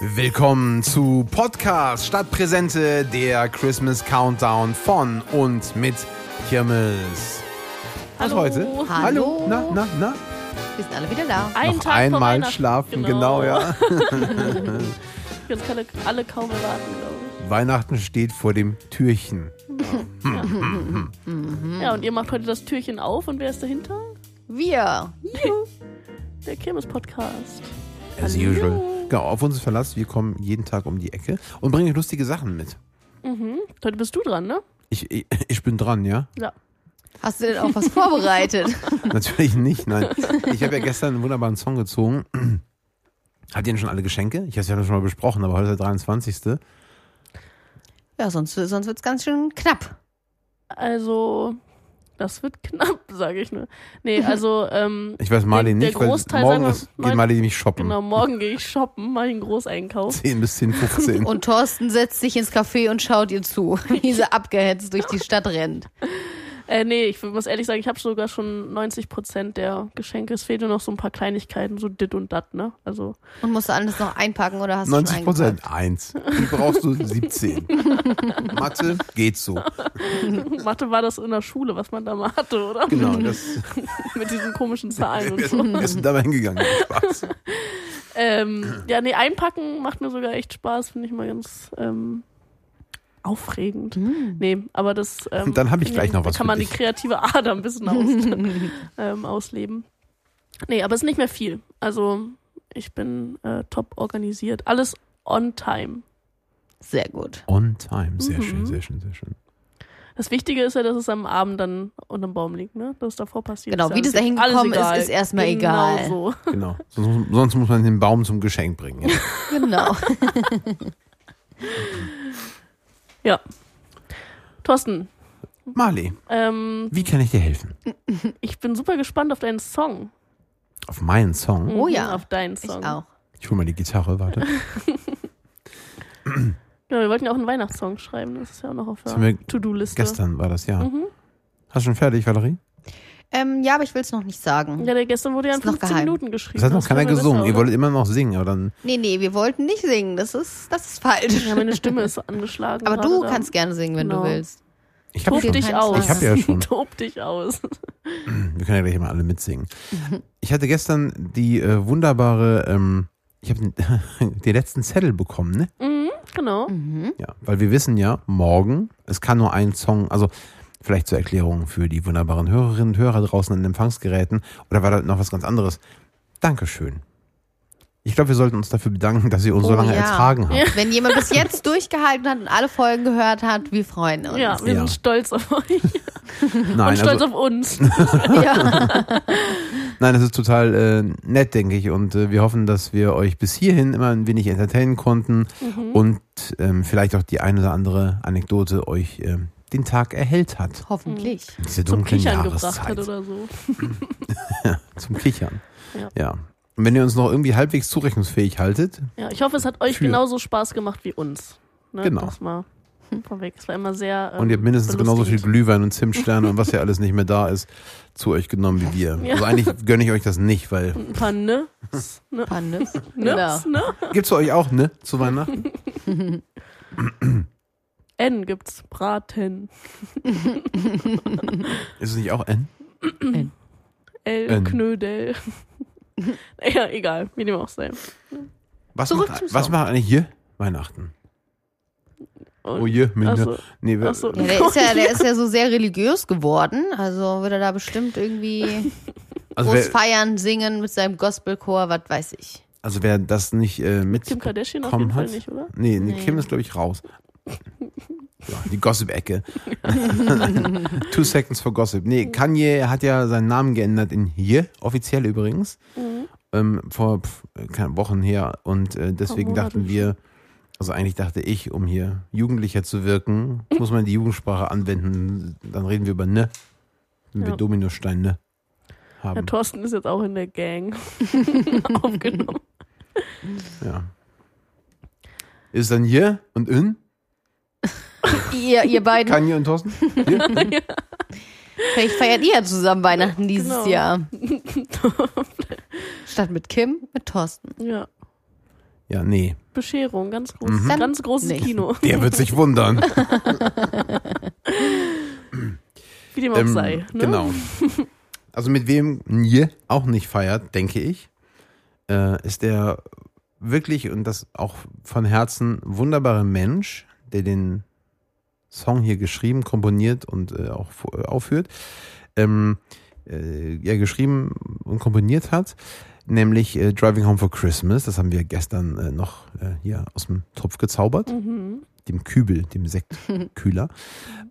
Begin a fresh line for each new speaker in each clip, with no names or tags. Willkommen zu Podcast Stadtpräsente, der Christmas Countdown von und mit Kirmes. Und
Hallo.
heute?
Hallo.
Hallo. Na, na, na.
Wir sind alle wieder da.
Ein
Noch
Tag
einmal
vor
schlafen, genau, ja.
Jetzt kann alle kaum erwarten, glaube
Weihnachten steht vor dem Türchen. Mhm.
ich. Ja, und ihr macht heute das Türchen auf und wer ist dahinter?
Wir.
Der Kirmes-Podcast.
As
Hallo.
usual. Genau, auf uns ist Verlass. Wir kommen jeden Tag um die Ecke und bringen euch lustige Sachen mit.
Heute bist du dran, ne?
Ich, ich, ich bin dran, ja?
Ja.
Hast du denn auch was vorbereitet?
Natürlich nicht, nein. Ich habe ja gestern einen wunderbaren Song gezogen. Habt ihr denn schon alle Geschenke? Ich habe es ja schon mal besprochen, aber heute ist der 23.
ja, sonst, sonst wird es ganz schön knapp.
Also, das wird knapp, sage ich nur. Nee, also, ähm,
Ich weiß Marlene
Der-
nicht,
der
weil
Großteil,
morgen
sagen wir,
ist, geht
neun-
Marlene nämlich shoppen.
genau, morgen gehe ich shoppen, mache ich einen Großeinkauf.
10 bis 10, 15.
Und Thorsten setzt sich ins Café und schaut ihr zu, wie sie abgehetzt durch die Stadt rennt.
Äh, nee, ich muss ehrlich sagen, ich habe sogar schon 90% der Geschenke. Es fehlen nur noch so ein paar Kleinigkeiten, so dit und dat, ne? Also,
Und musst du alles noch einpacken oder hast du schon
90 Prozent, 1. Die brauchst du 17. Mathe geht so.
Mathe war das in der Schule, was man da mal hatte, oder?
Genau, das
Mit diesen komischen Zahlen und
wir
so.
sind, wir sind dabei hingegangen. Viel Spaß.
Ähm, ja, nee, einpacken macht mir sogar echt Spaß, finde ich mal ganz ähm, aufregend.
Hm,
Nee, aber das. Ähm,
Und dann hab ich
finde
gleich noch was
Da kann
für
man
dich.
die kreative Ader ein bisschen aus, ähm, ausleben. Nee, aber es ist nicht mehr viel. Also, ich bin äh, top organisiert. Alles on time.
Sehr gut.
On time. Sehr schön, sehr schön, sehr schön.
Das Wichtige ist ja, dass es am Abend dann unterm Baum liegt, ne? Dass davor passiert.
Genau,
ist
wie
alles-
das da
alles
hingekommen ist,
egal.
ist erstmal
genau
egal.
So.
Genau. Sonst, sonst muss man den Baum zum Geschenk bringen. Ja.
Genau.
Ja. Thorsten,
Marley,
ähm,
wie kann ich dir helfen?
ich bin super gespannt auf deinen Song.
Auf meinen Song.
Oh
Mhm,
ja.
Auf deinen
Ich
Song.
auch.
Ich hol mal die Gitarre, warte.
Genau, wir wollten ja auch einen Weihnachtssong schreiben. Das ist ja auch noch auf
haben wir
der To-Do-Liste.
Gestern war das, ja. Hast du schon fertig, Valerie?
Ähm, ja, aber ich will es noch nicht sagen.
Ja, der gestern wurde ja in
Ist noch
15
geheim.
Minuten geschrieben.
Das hat noch keiner
wäre
gesungen.
besser,
Ihr
oder?
wolltet immer noch singen, aber dann
Nee, nee, wir wollten nicht singen. Das ist, das ist falsch.
Ja, meine Stimme ist angeschlagen.
Aber
gerade
du
da.
kannst gerne singen, wenn
Genau.
du willst.
Ich
Tob
habe
Tobt
schon.
dich
keinen
aus.
Song.
Ich habe ja schon.
Tob dich aus.
Wir können ja gleich mal alle mitsingen. Ich hatte gestern die äh, wunderbare, ähm, ich habe den, den letzten Zettel bekommen, ne?
Mhm, genau.
Ja, weil wir wissen ja, morgen, es kann nur ein Song, also vielleicht zur Erklärung für die wunderbaren Hörerinnen und Hörer draußen an den Empfangsgeräten oder war da noch was ganz anderes. Dankeschön. Ich glaube, wir sollten uns dafür bedanken, dass ihr uns so
Oh
lange
ja.
ertragen habt.
Wenn jemand bis jetzt durchgehalten hat und alle Folgen gehört hat, wir freuen uns.
Ja, wir
Ja.
sind stolz auf euch. und
Nein,
stolz
also,
auf uns.
ja.
nein, das ist total äh, nett, denke ich. Und äh, wir hoffen, dass wir euch bis hierhin immer ein wenig entertainen konnten
Mhm.
und ähm, vielleicht auch die eine oder andere Anekdote euch ähm, den Tag erhellt hat.
Hoffentlich.
Diese
Zum
dunklen
Kichern gebracht
Jahreszeit.
hat oder so.
Zum Kichern. Ja.
Ja.
Und wenn ihr uns noch irgendwie halbwegs zurechnungsfähig haltet,
Ja, ich hoffe, es hat euch
Für.
genauso Spaß gemacht wie uns. Ne?
Genau.
Das mal vorweg. Es war immer sehr. Ähm,
und ihr habt mindestens genauso viel
belustigend.
Glühwein und Zimtsterne und was ja alles nicht mehr da ist, zu euch genommen wie wir. Also eigentlich gönne ich euch das nicht, weil
Ein paar ne? ne?
Pandes. Genau.
Ne? ne?
gibt's für euch auch, ne, zu Weihnachten?
N gibt's. Braten.
Ist es nicht auch N?
L.
N.
Knödel. ja, egal. Wie dem auch sei.
Was,
Zurück
macht,
zum
was
Song.
macht eigentlich hier Weihnachten?
Und-
Oh je,
Ach
Minde.
so.
Nee, wir-
Ach so.
Ja, der ist ja, der ist ja so sehr religiös geworden. Also würde er da bestimmt irgendwie
also,
groß
wer,
feiern, singen mit seinem Gospelchor, was weiß ich.
also wer das nicht äh,
Kim Kardashian auf
mitbekommen
jeden Fall
hat,
nicht, oder?
Nee, nee,
Nee.
Kim ist, glaube ich, raus. Ja, die Gossip-Ecke. Two Seconds for Gossip. Nee, Kanye hat ja seinen Namen geändert in Ye, offiziell übrigens, ähm, vor pf, keine Wochen her. Und äh, deswegen
Monaten
dachten wir, also eigentlich dachte ich, um hier jugendlicher zu wirken, muss man die Jugendsprache anwenden. Dann reden wir über Ne, wenn wir
Ja.
Dominostein Ne
Herr
haben.
Thorsten ist jetzt auch in der Gang aufgenommen.
Ja. Ist dann Ye und In?
Ihr, ihr beiden,
Kanye und Thorsten? Ye?
vielleicht feiert ihr ja zusammen Weihnachten dieses
Genau.
Jahr. Statt mit Kim, mit Thorsten.
Ja.
Ja, nee.
Bescherung, ganz großes,
Mhm.
Dann
ganz großes
nicht.
Kino.
Der wird sich wundern.
Wie dem auch
Ähm,
sei. Ne?
Genau. Also mit wem Nje auch nicht feiert, denke ich, äh, ist der wirklich und das auch von Herzen wunderbare Mensch, der den Song hier geschrieben, komponiert und äh, auch fu- äh, aufführt, ähm, äh, ja, geschrieben und komponiert hat, nämlich äh, Driving Home for Christmas. Das haben wir gestern äh, noch äh, hier aus dem Topf gezaubert
Mhm.
dem Kübel, dem Sektkühler.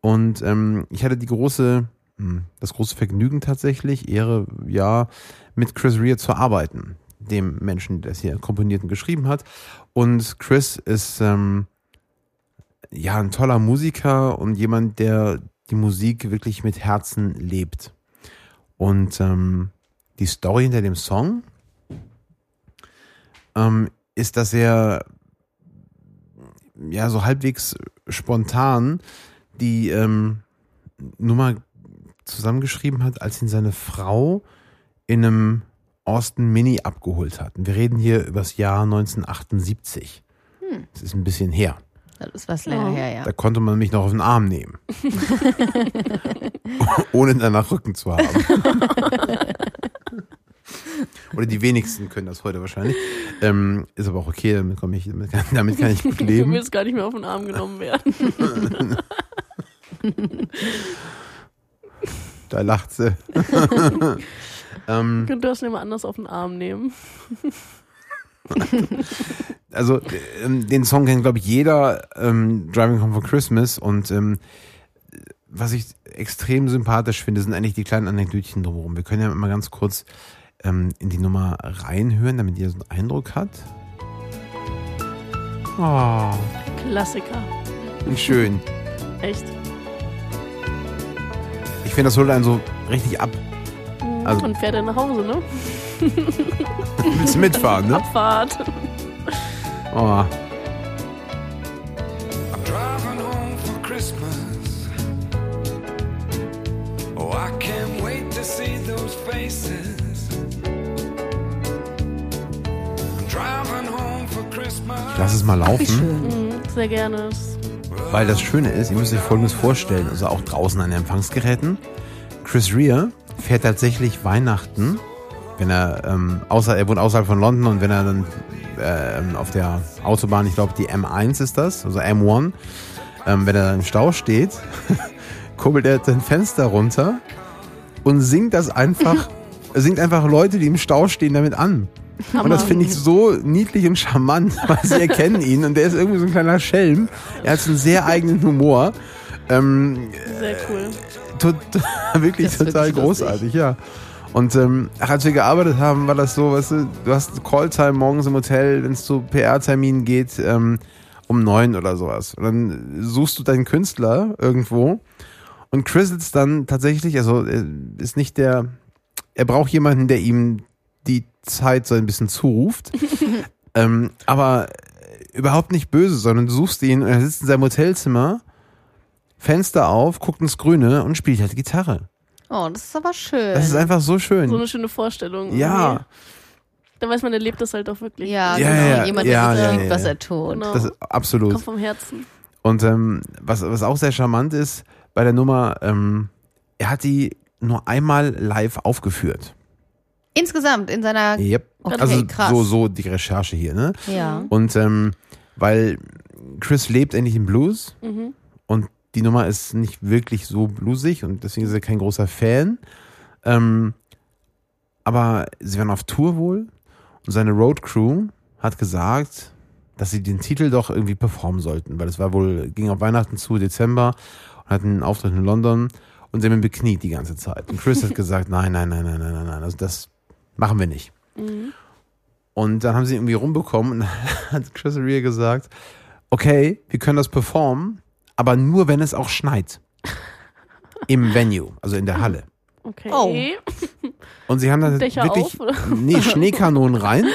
Und ähm, ich hatte die große, mh, Hm, das große Vergnügen tatsächlich, Ehre, ja, mit Chris Rea zu arbeiten, dem Menschen, der es hier komponiert und geschrieben hat. Und Chris ist ähm, ja ein toller Musiker und jemand, der die Musik wirklich mit Herzen lebt. Und ähm, die Story hinter dem Song ähm, ist, dass er ja, so halbwegs spontan die ähm, Nummer zusammengeschrieben hat, als ihn seine Frau in einem Austin Mini abgeholt hat. Und wir reden hier über das Jahr 1978. Das ist ein bisschen her.
Das ist was länger
Hm. Ja.
her,
Da konnte man mich noch auf den Arm nehmen. Ohne danach Rücken zu haben. Oder die wenigsten können das heute wahrscheinlich. Ähm, ist aber auch okay, damit, komm ich, damit, kann, damit kann ich gut
Du
leben.
willst gar nicht mehr auf den Arm genommen werden.
Da lacht sie. ähm,
Könnt du das nicht mal anders auf den Arm nehmen?
also ähm, den Song kennt, glaube ich, jeder, ähm, Driving Home for Christmas. Und ähm, was ich extrem sympathisch finde, sind eigentlich die kleinen Anekdötchen drumherum. Wir können ja mal ganz kurz ähm, in die Nummer reinhören, damit ihr so einen Eindruck habt. Oh,
Klassiker.
wie schön.
Echt.
Ich finde, das holt einen so richtig ab.
Mhm.
Also-
Und fährt dann nach Hause, ne?
Willst du mitfahren, ne?
Abfahrt.
Oh,
I'm driving home for Christmas. Oh, I can't wait to see those faces. I'm driving home for Christmas.
ich lass es mal
ja.
laufen.
Schön.
Mhm. Sehr gerne. Das-
Weil das Schöne ist, ihr müsst euch Folgendes vorstellen, also auch draußen an den Empfangsgeräten. Chris Rea fährt tatsächlich Weihnachten, wenn er, ähm, außer, er wohnt außerhalb von London und wenn er dann äh, ähm, auf der Autobahn, ich glaube die M1 ist das, also M1, ähm, wenn er dann im Stau steht, kurbelt er sein Fenster runter und singt das einfach, singt einfach Leute, die im Stau stehen, damit an. Und das finde ich so niedlich und charmant, weil sie erkennen ihn und der ist irgendwie so ein kleiner Schelm. Er hat so einen sehr eigenen Humor. Ähm,
Sehr cool.
tot, wirklich
Das ist
total
wirklich lustig.
großartig, ja. Und ähm, ach, als wir gearbeitet haben, war das so, weißt du, du hast Calltime morgens im Hotel, wenn es zu PR-Terminen geht, ähm, um neun oder sowas. Und dann suchst du deinen Künstler irgendwo und Chris ist dann tatsächlich, also äh, ist nicht der, er braucht jemanden, der ihm die Zeit so ein bisschen zuruft, ähm, aber äh, überhaupt nicht böse, sondern du suchst ihn und er sitzt in seinem Hotelzimmer Fenster auf, guckt ins Grüne und spielt halt Gitarre.
Oh, das ist aber schön.
Das ist einfach so schön.
So eine schöne Vorstellung.
ja,
Da weiß man, der lebt das halt auch wirklich.
ja,
Ja,
genau.
ja,
Jemand,
ja,
der
ja,
liebt,
ja,
was
ja.
er tut.
Genau.
das absolut.
Kommt vom Herzen.
Und ähm, was, was auch sehr charmant ist bei der Nummer, ähm, er hat die nur einmal live aufgeführt.
Insgesamt in seiner.
Yep.
Okay,
also
krass.
so so die Recherche hier, ne?
Ja.
Und ähm, weil Chris lebt endlich im Blues
Mhm.
und die Nummer ist nicht wirklich so bluesig und deswegen ist er kein großer Fan. Ähm, aber sie waren auf Tour wohl und seine Road Crew hat gesagt, dass sie den Titel doch irgendwie performen sollten, weil es war wohl, ging auf Weihnachten zu, Dezember und hatten einen Auftritt in London und sie haben ihn bekniet die ganze Zeit. Und Chris hat gesagt, nein, nein, nein, nein, nein, nein, nein, also das machen wir nicht. Und dann haben sie ihn irgendwie rumbekommen und dann hat Chris Rea gesagt, okay, wir können das performen, aber nur wenn es auch schneit. Im Venue, also in der Halle.
Okay.
Oh.
Und sie haben dann
Dächer
wirklich
auf, oder?
nee, Schneekanonen rein.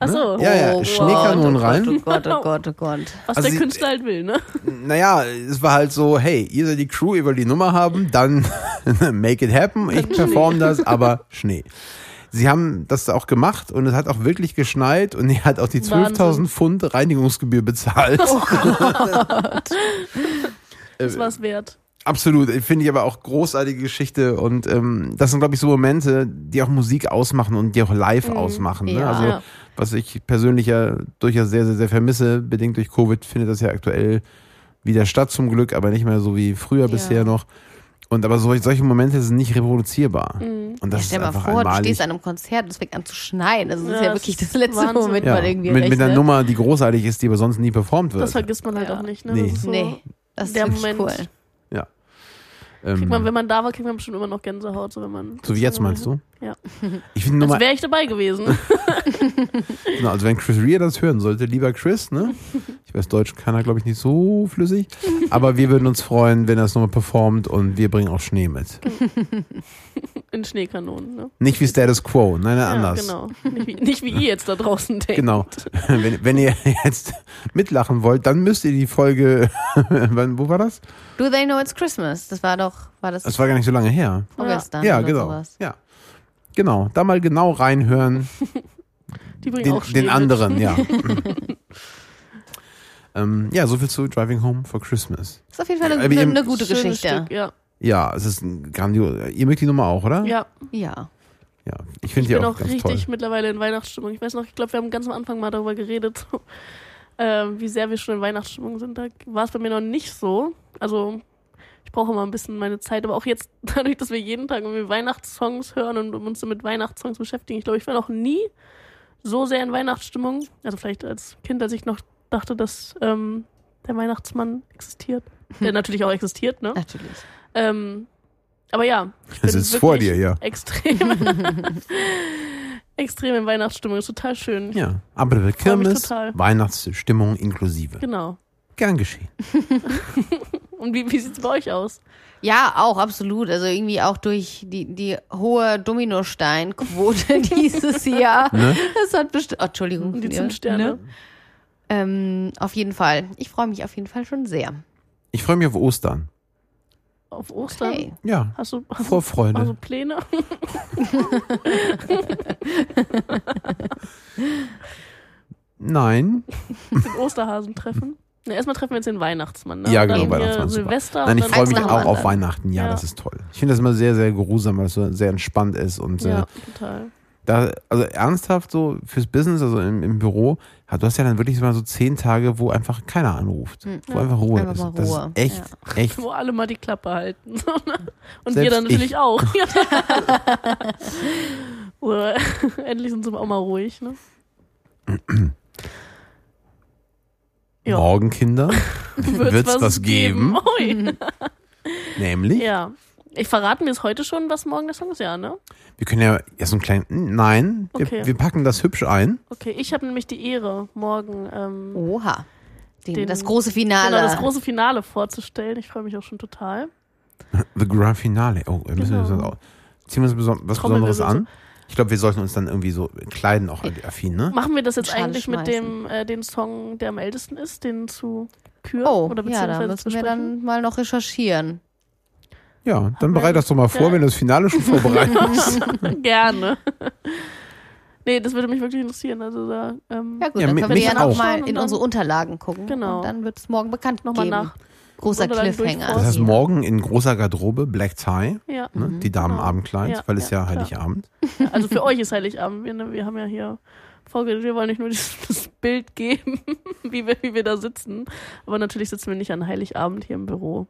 Achso.
Ja, ja,
Oh,
Schneekanonen
Oh
rein.
Gott, oh Gott, oh Gott.
Was
Also sie-
der Künstler halt will, ne?
Naja, es war halt so, hey, ihr seid die Crew, ihr wollt die Nummer haben, dann make it happen, ich perform das, aber Schnee. sie haben das auch gemacht und es hat auch wirklich geschneit und er hat auch die 12.000
Wahnsinn. Oh.
Pfund Reinigungsgebühr bezahlt. Äh,
Das war es wert.
Absolut, finde ich aber auch großartige Geschichte und ähm, das sind glaube ich so Momente, die auch Musik ausmachen und die auch live ausmachen. Ne?
Mhm. ja.
Also
Ja.
was ich persönlich ja durchaus sehr, sehr, sehr vermisse, bedingt durch Covid findet das ja aktuell wieder statt zum Glück, aber nicht mehr so wie früher bisher noch. Und aber solch- solche Momente sind nicht reproduzierbar. Und das
Mhm. Stell
ist
mal
einfach
vor, du
einmalig.
stehst an einem Konzert und es fängt an zu schneien. Also Das ist
Ja,
ja,
das
wirklich
ist
das letzte,
Wahnsinn.
womit
ja,
man irgendwie
mit, mit
rechnet.
einer Nummer, die großartig ist, die aber sonst nie performt wird.
Das vergisst man halt
Ja.
auch nicht, ne?
äh, Nee.
Das ist so,
Nee, das ist
der
wirklich
Moment.
cool.
ähm,
Kriegt man, wenn man da war, kriegt man bestimmt immer noch Gänsehaut. So, wenn man,
Mhm. so wie jetzt meinst du?
Ja.
Ich finde
Als
Nummer
wäre ich dabei gewesen.
Genau, also wenn Chris Rea das hören sollte, lieber Chris, ne? Ich weiß, Deutsch kann er, glaube ich, nicht so flüssig. Aber wir würden uns freuen, wenn er es nochmal performt und wir bringen auch Schnee mit.
In Schneekanonen, ne?
Nicht wie Status Quo, nein, nein, anders.
Ja, genau. Nicht wie, nicht wie ihr jetzt da draußen denkt.
Genau. Wenn, wenn ihr jetzt mitlachen wollt, dann müsst ihr die Folge, wann, wo war das?
Do They Know It's Christmas? Das war doch, war das,
Das war gar nicht so lange her.
vorgestern
ja,
oder
genau.
sowas.
Ja. Genau, da mal genau reinhören,
Die bringen
den,
auch Schnee
den
mit.
anderen, ja. ähm, ja, soviel zu Driving Home for Christmas.
Ist auf jeden Fall eine,
Aber
eine,
eben-
eine gute
Schönes
Geschichte.
Stück, ja.
Ja, es ist ein grandios. Ihr mögt die Nummer auch, oder?
ja.
Ja.
ja. Ich finde die
Ich bin
auch,
auch
ganz
richtig
toll.
mittlerweile in Weihnachtsstimmung. Ich weiß noch, ich glaube, wir haben ganz am Anfang mal darüber geredet, so, ähm, wie sehr wir schon in Weihnachtsstimmung sind. Da war es bei mir noch nicht so. Also ich brauche immer ein bisschen meine Zeit, aber auch jetzt dadurch, dass wir jeden Tag irgendwie Weihnachtssongs hören und uns mit Weihnachtssongs beschäftigen. Ich glaube, ich war noch nie so sehr in Weihnachtsstimmung. Also vielleicht als Kind, als ich noch dachte, dass ähm, der Weihnachtsmann existiert. Der natürlich auch existiert, ne?
Natürlich.
Ähm, aber ja. ich
Es
bin
ist vor
wirklich
dir, ja.
Extrem. extrem in Weihnachtsstimmung. Ist total schön.
Ja, aber der
freu mich
Kirmes,
total.
Weihnachtsstimmung inklusive.
Genau.
Gern geschehen.
Und wie, wie sieht's bei euch aus?
Ja, auch absolut. Also irgendwie auch durch die, die hohe Dominosteinquote dieses Jahr.
Ne?
Das hat bestimmt. Oh, Entschuldigung.
Und die
Ja,
Zimtsterne?
ne? Ähm, auf jeden Fall. Ich freue mich auf jeden Fall schon sehr.
Ich freue mich auf Ostern.
Auf Ostern?
Okay.
Ja,
Hast du, hast du
Vorfreude.
also Pläne?
Nein,
Den Osterhasen treffen? Na, erstmal treffen wir jetzt den Weihnachtsmann. Ne?
Ja,
Und
genau,
Dann hier
Weihnachtsmann, super.
Silvester.
nein, ich
und
freue
dann
mich
nach dem
auch auf
anderen.
Weihnachten. Ja,
Ja.
das ist toll. Ich finde das immer sehr, sehr geruhsam, weil es so sehr entspannt ist. Und äh,
Ja, total.
da, also ernsthaft so fürs Business, also im, im Büro, ja, du hast ja dann wirklich mal so zehn Tage, wo einfach keiner anruft.
Hm.
Wo einfach Ruhe
Einfach
ist.
mal
Das
Ruhe.
ist echt, echt.
Wo alle mal die Klappe halten. ne? Und wir
Selbst
dann natürlich
ich.
auch. Oder endlich sind sie auch mal ruhig. Ne? Ja.
Morgen, Kinder,
Wird's
wird's was, geben.
Ui.
Nämlich.
Ja. Ich verraten wir es heute schon, was morgen der Song ist, ja, ne?
Wir können ja erst einen kleinen. Nein, wir,
Okay.
wir packen das hübsch ein.
Okay, ich habe nämlich die Ehre, morgen ähm,
Oha. Den,
Den-
das große Finale.
genau, das große Finale vorzustellen. Ich freue mich auch schon total.
The Grand Finale. Oh, wir müssen
Genau.
uns auch, ziehen wir uns beson- was
Trommelwirbel
Besonderes an. Ich glaube, wir sollten uns dann irgendwie so kleiden, auch affin, ne?
Machen wir das jetzt
Schale
eigentlich mit
schmeißen.
dem äh, den Song, der am ältesten ist, den zu küren
oh,
oder
ja,
beziehungsweise
da
zu
müssen wir
sprechen?
dann mal noch recherchieren.
Ja, dann bereite das doch mal vor,
Ja. Genau.
wenn du das Finale schon vorbereitet hast.
Gerne. nee, das würde mich wirklich interessieren. Also da ähm,
Ja gut,
Ja,
dann
mi-
können wir
mich
ja
auch.
nochmal
Und
in
dann-
unsere Unterlagen gucken.
Genau.
Und dann wird es morgen bekannt
nochmal
geben.
nach.
Großer
Unterlagen
Cliffhanger.
Das
durchforsten.
heißt, morgen in großer Garderobe, Black Tie,
Ja.
ne? die Damen
Genau.
Abendkleid,
Ja,
weil es
ja,
ja,
klar.
Heiligabend.
Also für euch ist Heiligabend. Wir, ne, wir haben ja hier vorgeredet, wir wollen nicht nur dieses, das Bild geben, wie wir, wie wir da sitzen. Aber natürlich sitzen wir nicht an Heiligabend hier im Büro.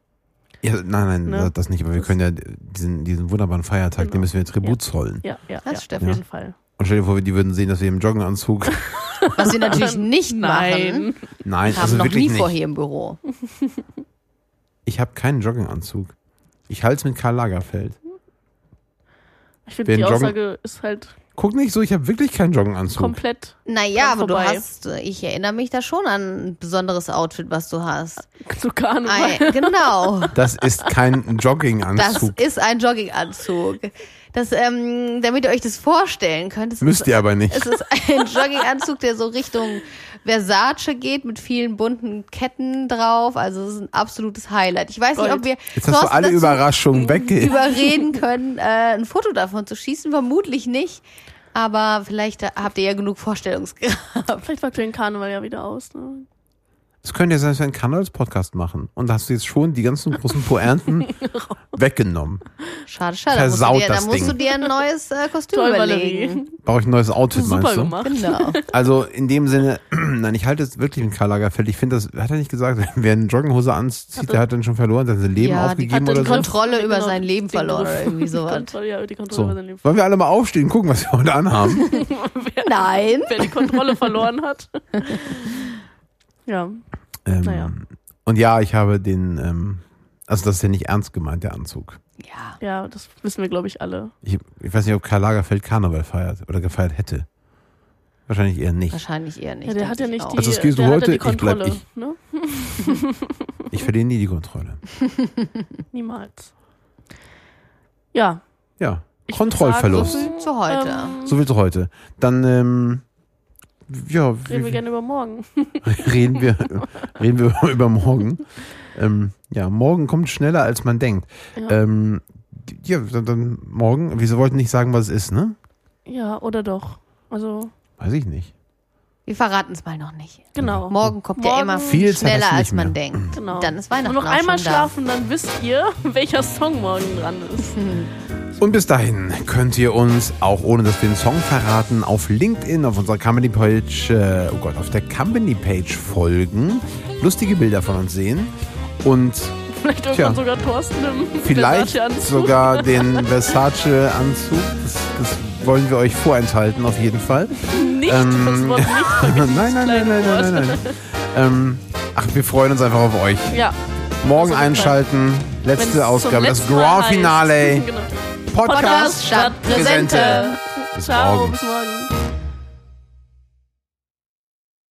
Ja, nein, nein,
Ne?
das nicht, aber wir
Das-
können ja diesen, diesen wunderbaren Feiertag,
Genau.
dem müssen wir Tribut
Ja.
zollen.
Ja, ja,
Das
ja
stimmt.
auf jeden Fall.
Und stell dir vor, wir- die würden sehen, dass wir im Joggenanzug.
Was wir natürlich nicht machen.
Nein.
Nein,
Haben
also
noch
wirklich
nie
nicht.
vor hier im Büro.
Ich habe keinen Jogginganzug. Ich halte es mit Karl Lagerfeld.
Ich finde,
Wen
die
joggen-
Aussage ist halt
Guck nicht so, ich habe wirklich keinen Jogginganzug.
komplett
Naja,
Dran
aber du
vorbei.
hast, ich erinnere mich da schon an ein besonderes Outfit, was du hast.
Zu Karneval.
Ein, genau.
Das ist kein
Das
Jogginganzug.
ist ein Jogginganzug. Das, ähm, damit ihr euch das vorstellen könnt, es
Müsst
ist,
ihr aber nicht.
es ist ein Jogginganzug, der so Richtung Versace geht, mit vielen bunten Ketten drauf. Also es ist ein absolutes Highlight. Ich weiß nicht, ob wir
Jetzt hast du
Thorsten
alle
dazu
Überraschungen wegge...
überreden können, äh, ein Foto davon zu schießen. Vermutlich nicht. Aber vielleicht äh, habt ihr ja genug Vorstellungskraft.
Vielleicht packt ihr den Karneval ja wieder aus. Ne?
Es könnte ja sein, dass wir einen Kanals-Podcast machen. Und da hast du jetzt schon die ganzen großen Poernten weggenommen.
Schade, schade. Da musst, du
Versaut
dir, da
das
musst du
Ding.
dir ein neues äh, Kostüm
Toll,
überlegen.
Valerie.
Brauche ich ein neues Outfit,
Super
meinst du?
gemacht.
Genau.
Also in dem Sinne, nein, ich halte es wirklich mit Karl Lagerfeld. Ich finde das, hat er nicht gesagt, wer eine Jogginghose anzieht, der hat dann schon verloren, der hat sein Leben
Ja, die-
aufgegeben
hat
oder
die
so.
Kontrolle- über
Genau,
sein Leben
den
verloren
Griff.
oder irgendwie sowas.
Die Kontrolle, ja, die Kontrolle
so.
über sein Leben
Wollen wir alle mal aufstehen, gucken, was wir heute anhaben?
Nein.
Wer die Kontrolle verloren hat. ja.
ähm,
Naja.
Und ja, ich habe den, ähm, also das ist ja nicht ernst gemeint, der Anzug.
Ja.
ja, das wissen wir, glaube ich, alle.
Ich, ich weiß nicht, ob Karl Lagerfeld Karneval feiert oder gefeiert hätte. Wahrscheinlich eher nicht.
Wahrscheinlich eher nicht.
ja, der
denke
hat ja
ich
nicht
auch.
die,
Also es geht
der hat
heute,
ja die
ich bleib
Kontrolle.
ich.
Ne?
Ich verliere nie die Kontrolle.
Niemals. Ja,
Ja,
Ich würd
Kontrollverlust.
So viel zu heute.
ähm,
so viel zu heute. Dann, ähm, ja,
reden wir gerne über morgen.
reden wir, reden wir über morgen. Ähm, ja, morgen kommt schneller, als man denkt.
Ja.
Ähm, ja, dann, dann morgen. Wieso wollten nicht sagen, was es ist, ne?
Ja, oder doch. Also,
Weiß ich nicht.
Wir verraten es mal noch nicht.
genau.
Morgen kommt ja
Morgen-
immer
Viel Zeit
schneller,
hast du
als
nicht
man
mehr.
denkt.
Genau.
Dann ist
Und
Weihnachten
noch
auch
einmal
schon da.
schlafen, dann wisst ihr, welcher Song morgen dran ist.
Und bis dahin könnt ihr uns, auch ohne dass wir den Song verraten, auf LinkedIn, auf unserer Company Page, äh, oh Gott, auf der Company Page folgen, lustige Bilder von uns sehen und
Vielleicht irgendwann
Tja.
sogar Thorsten im
vielleicht
Versace-Anzug.
sogar den Versace-Anzug. Das, das wollen wir euch vorenthalten, auf jeden Fall.
Nicht, das
ähm,
Wort nicht
nein,
vergessen.
nein, nein, nein,
kleine
nein, nein, nein, nein. ähm, ach, wir freuen uns einfach auf euch.
Ja.
Morgen
Auf jeden Fall.
einschalten,
wenn's
letzte
zum
Ausgabe, das
letzten Mal
Grand
heißt.
Finale
Genau.
Podcast.
Podcast statt Präsente.
Bis
Ciao,
morgen.
bis morgen.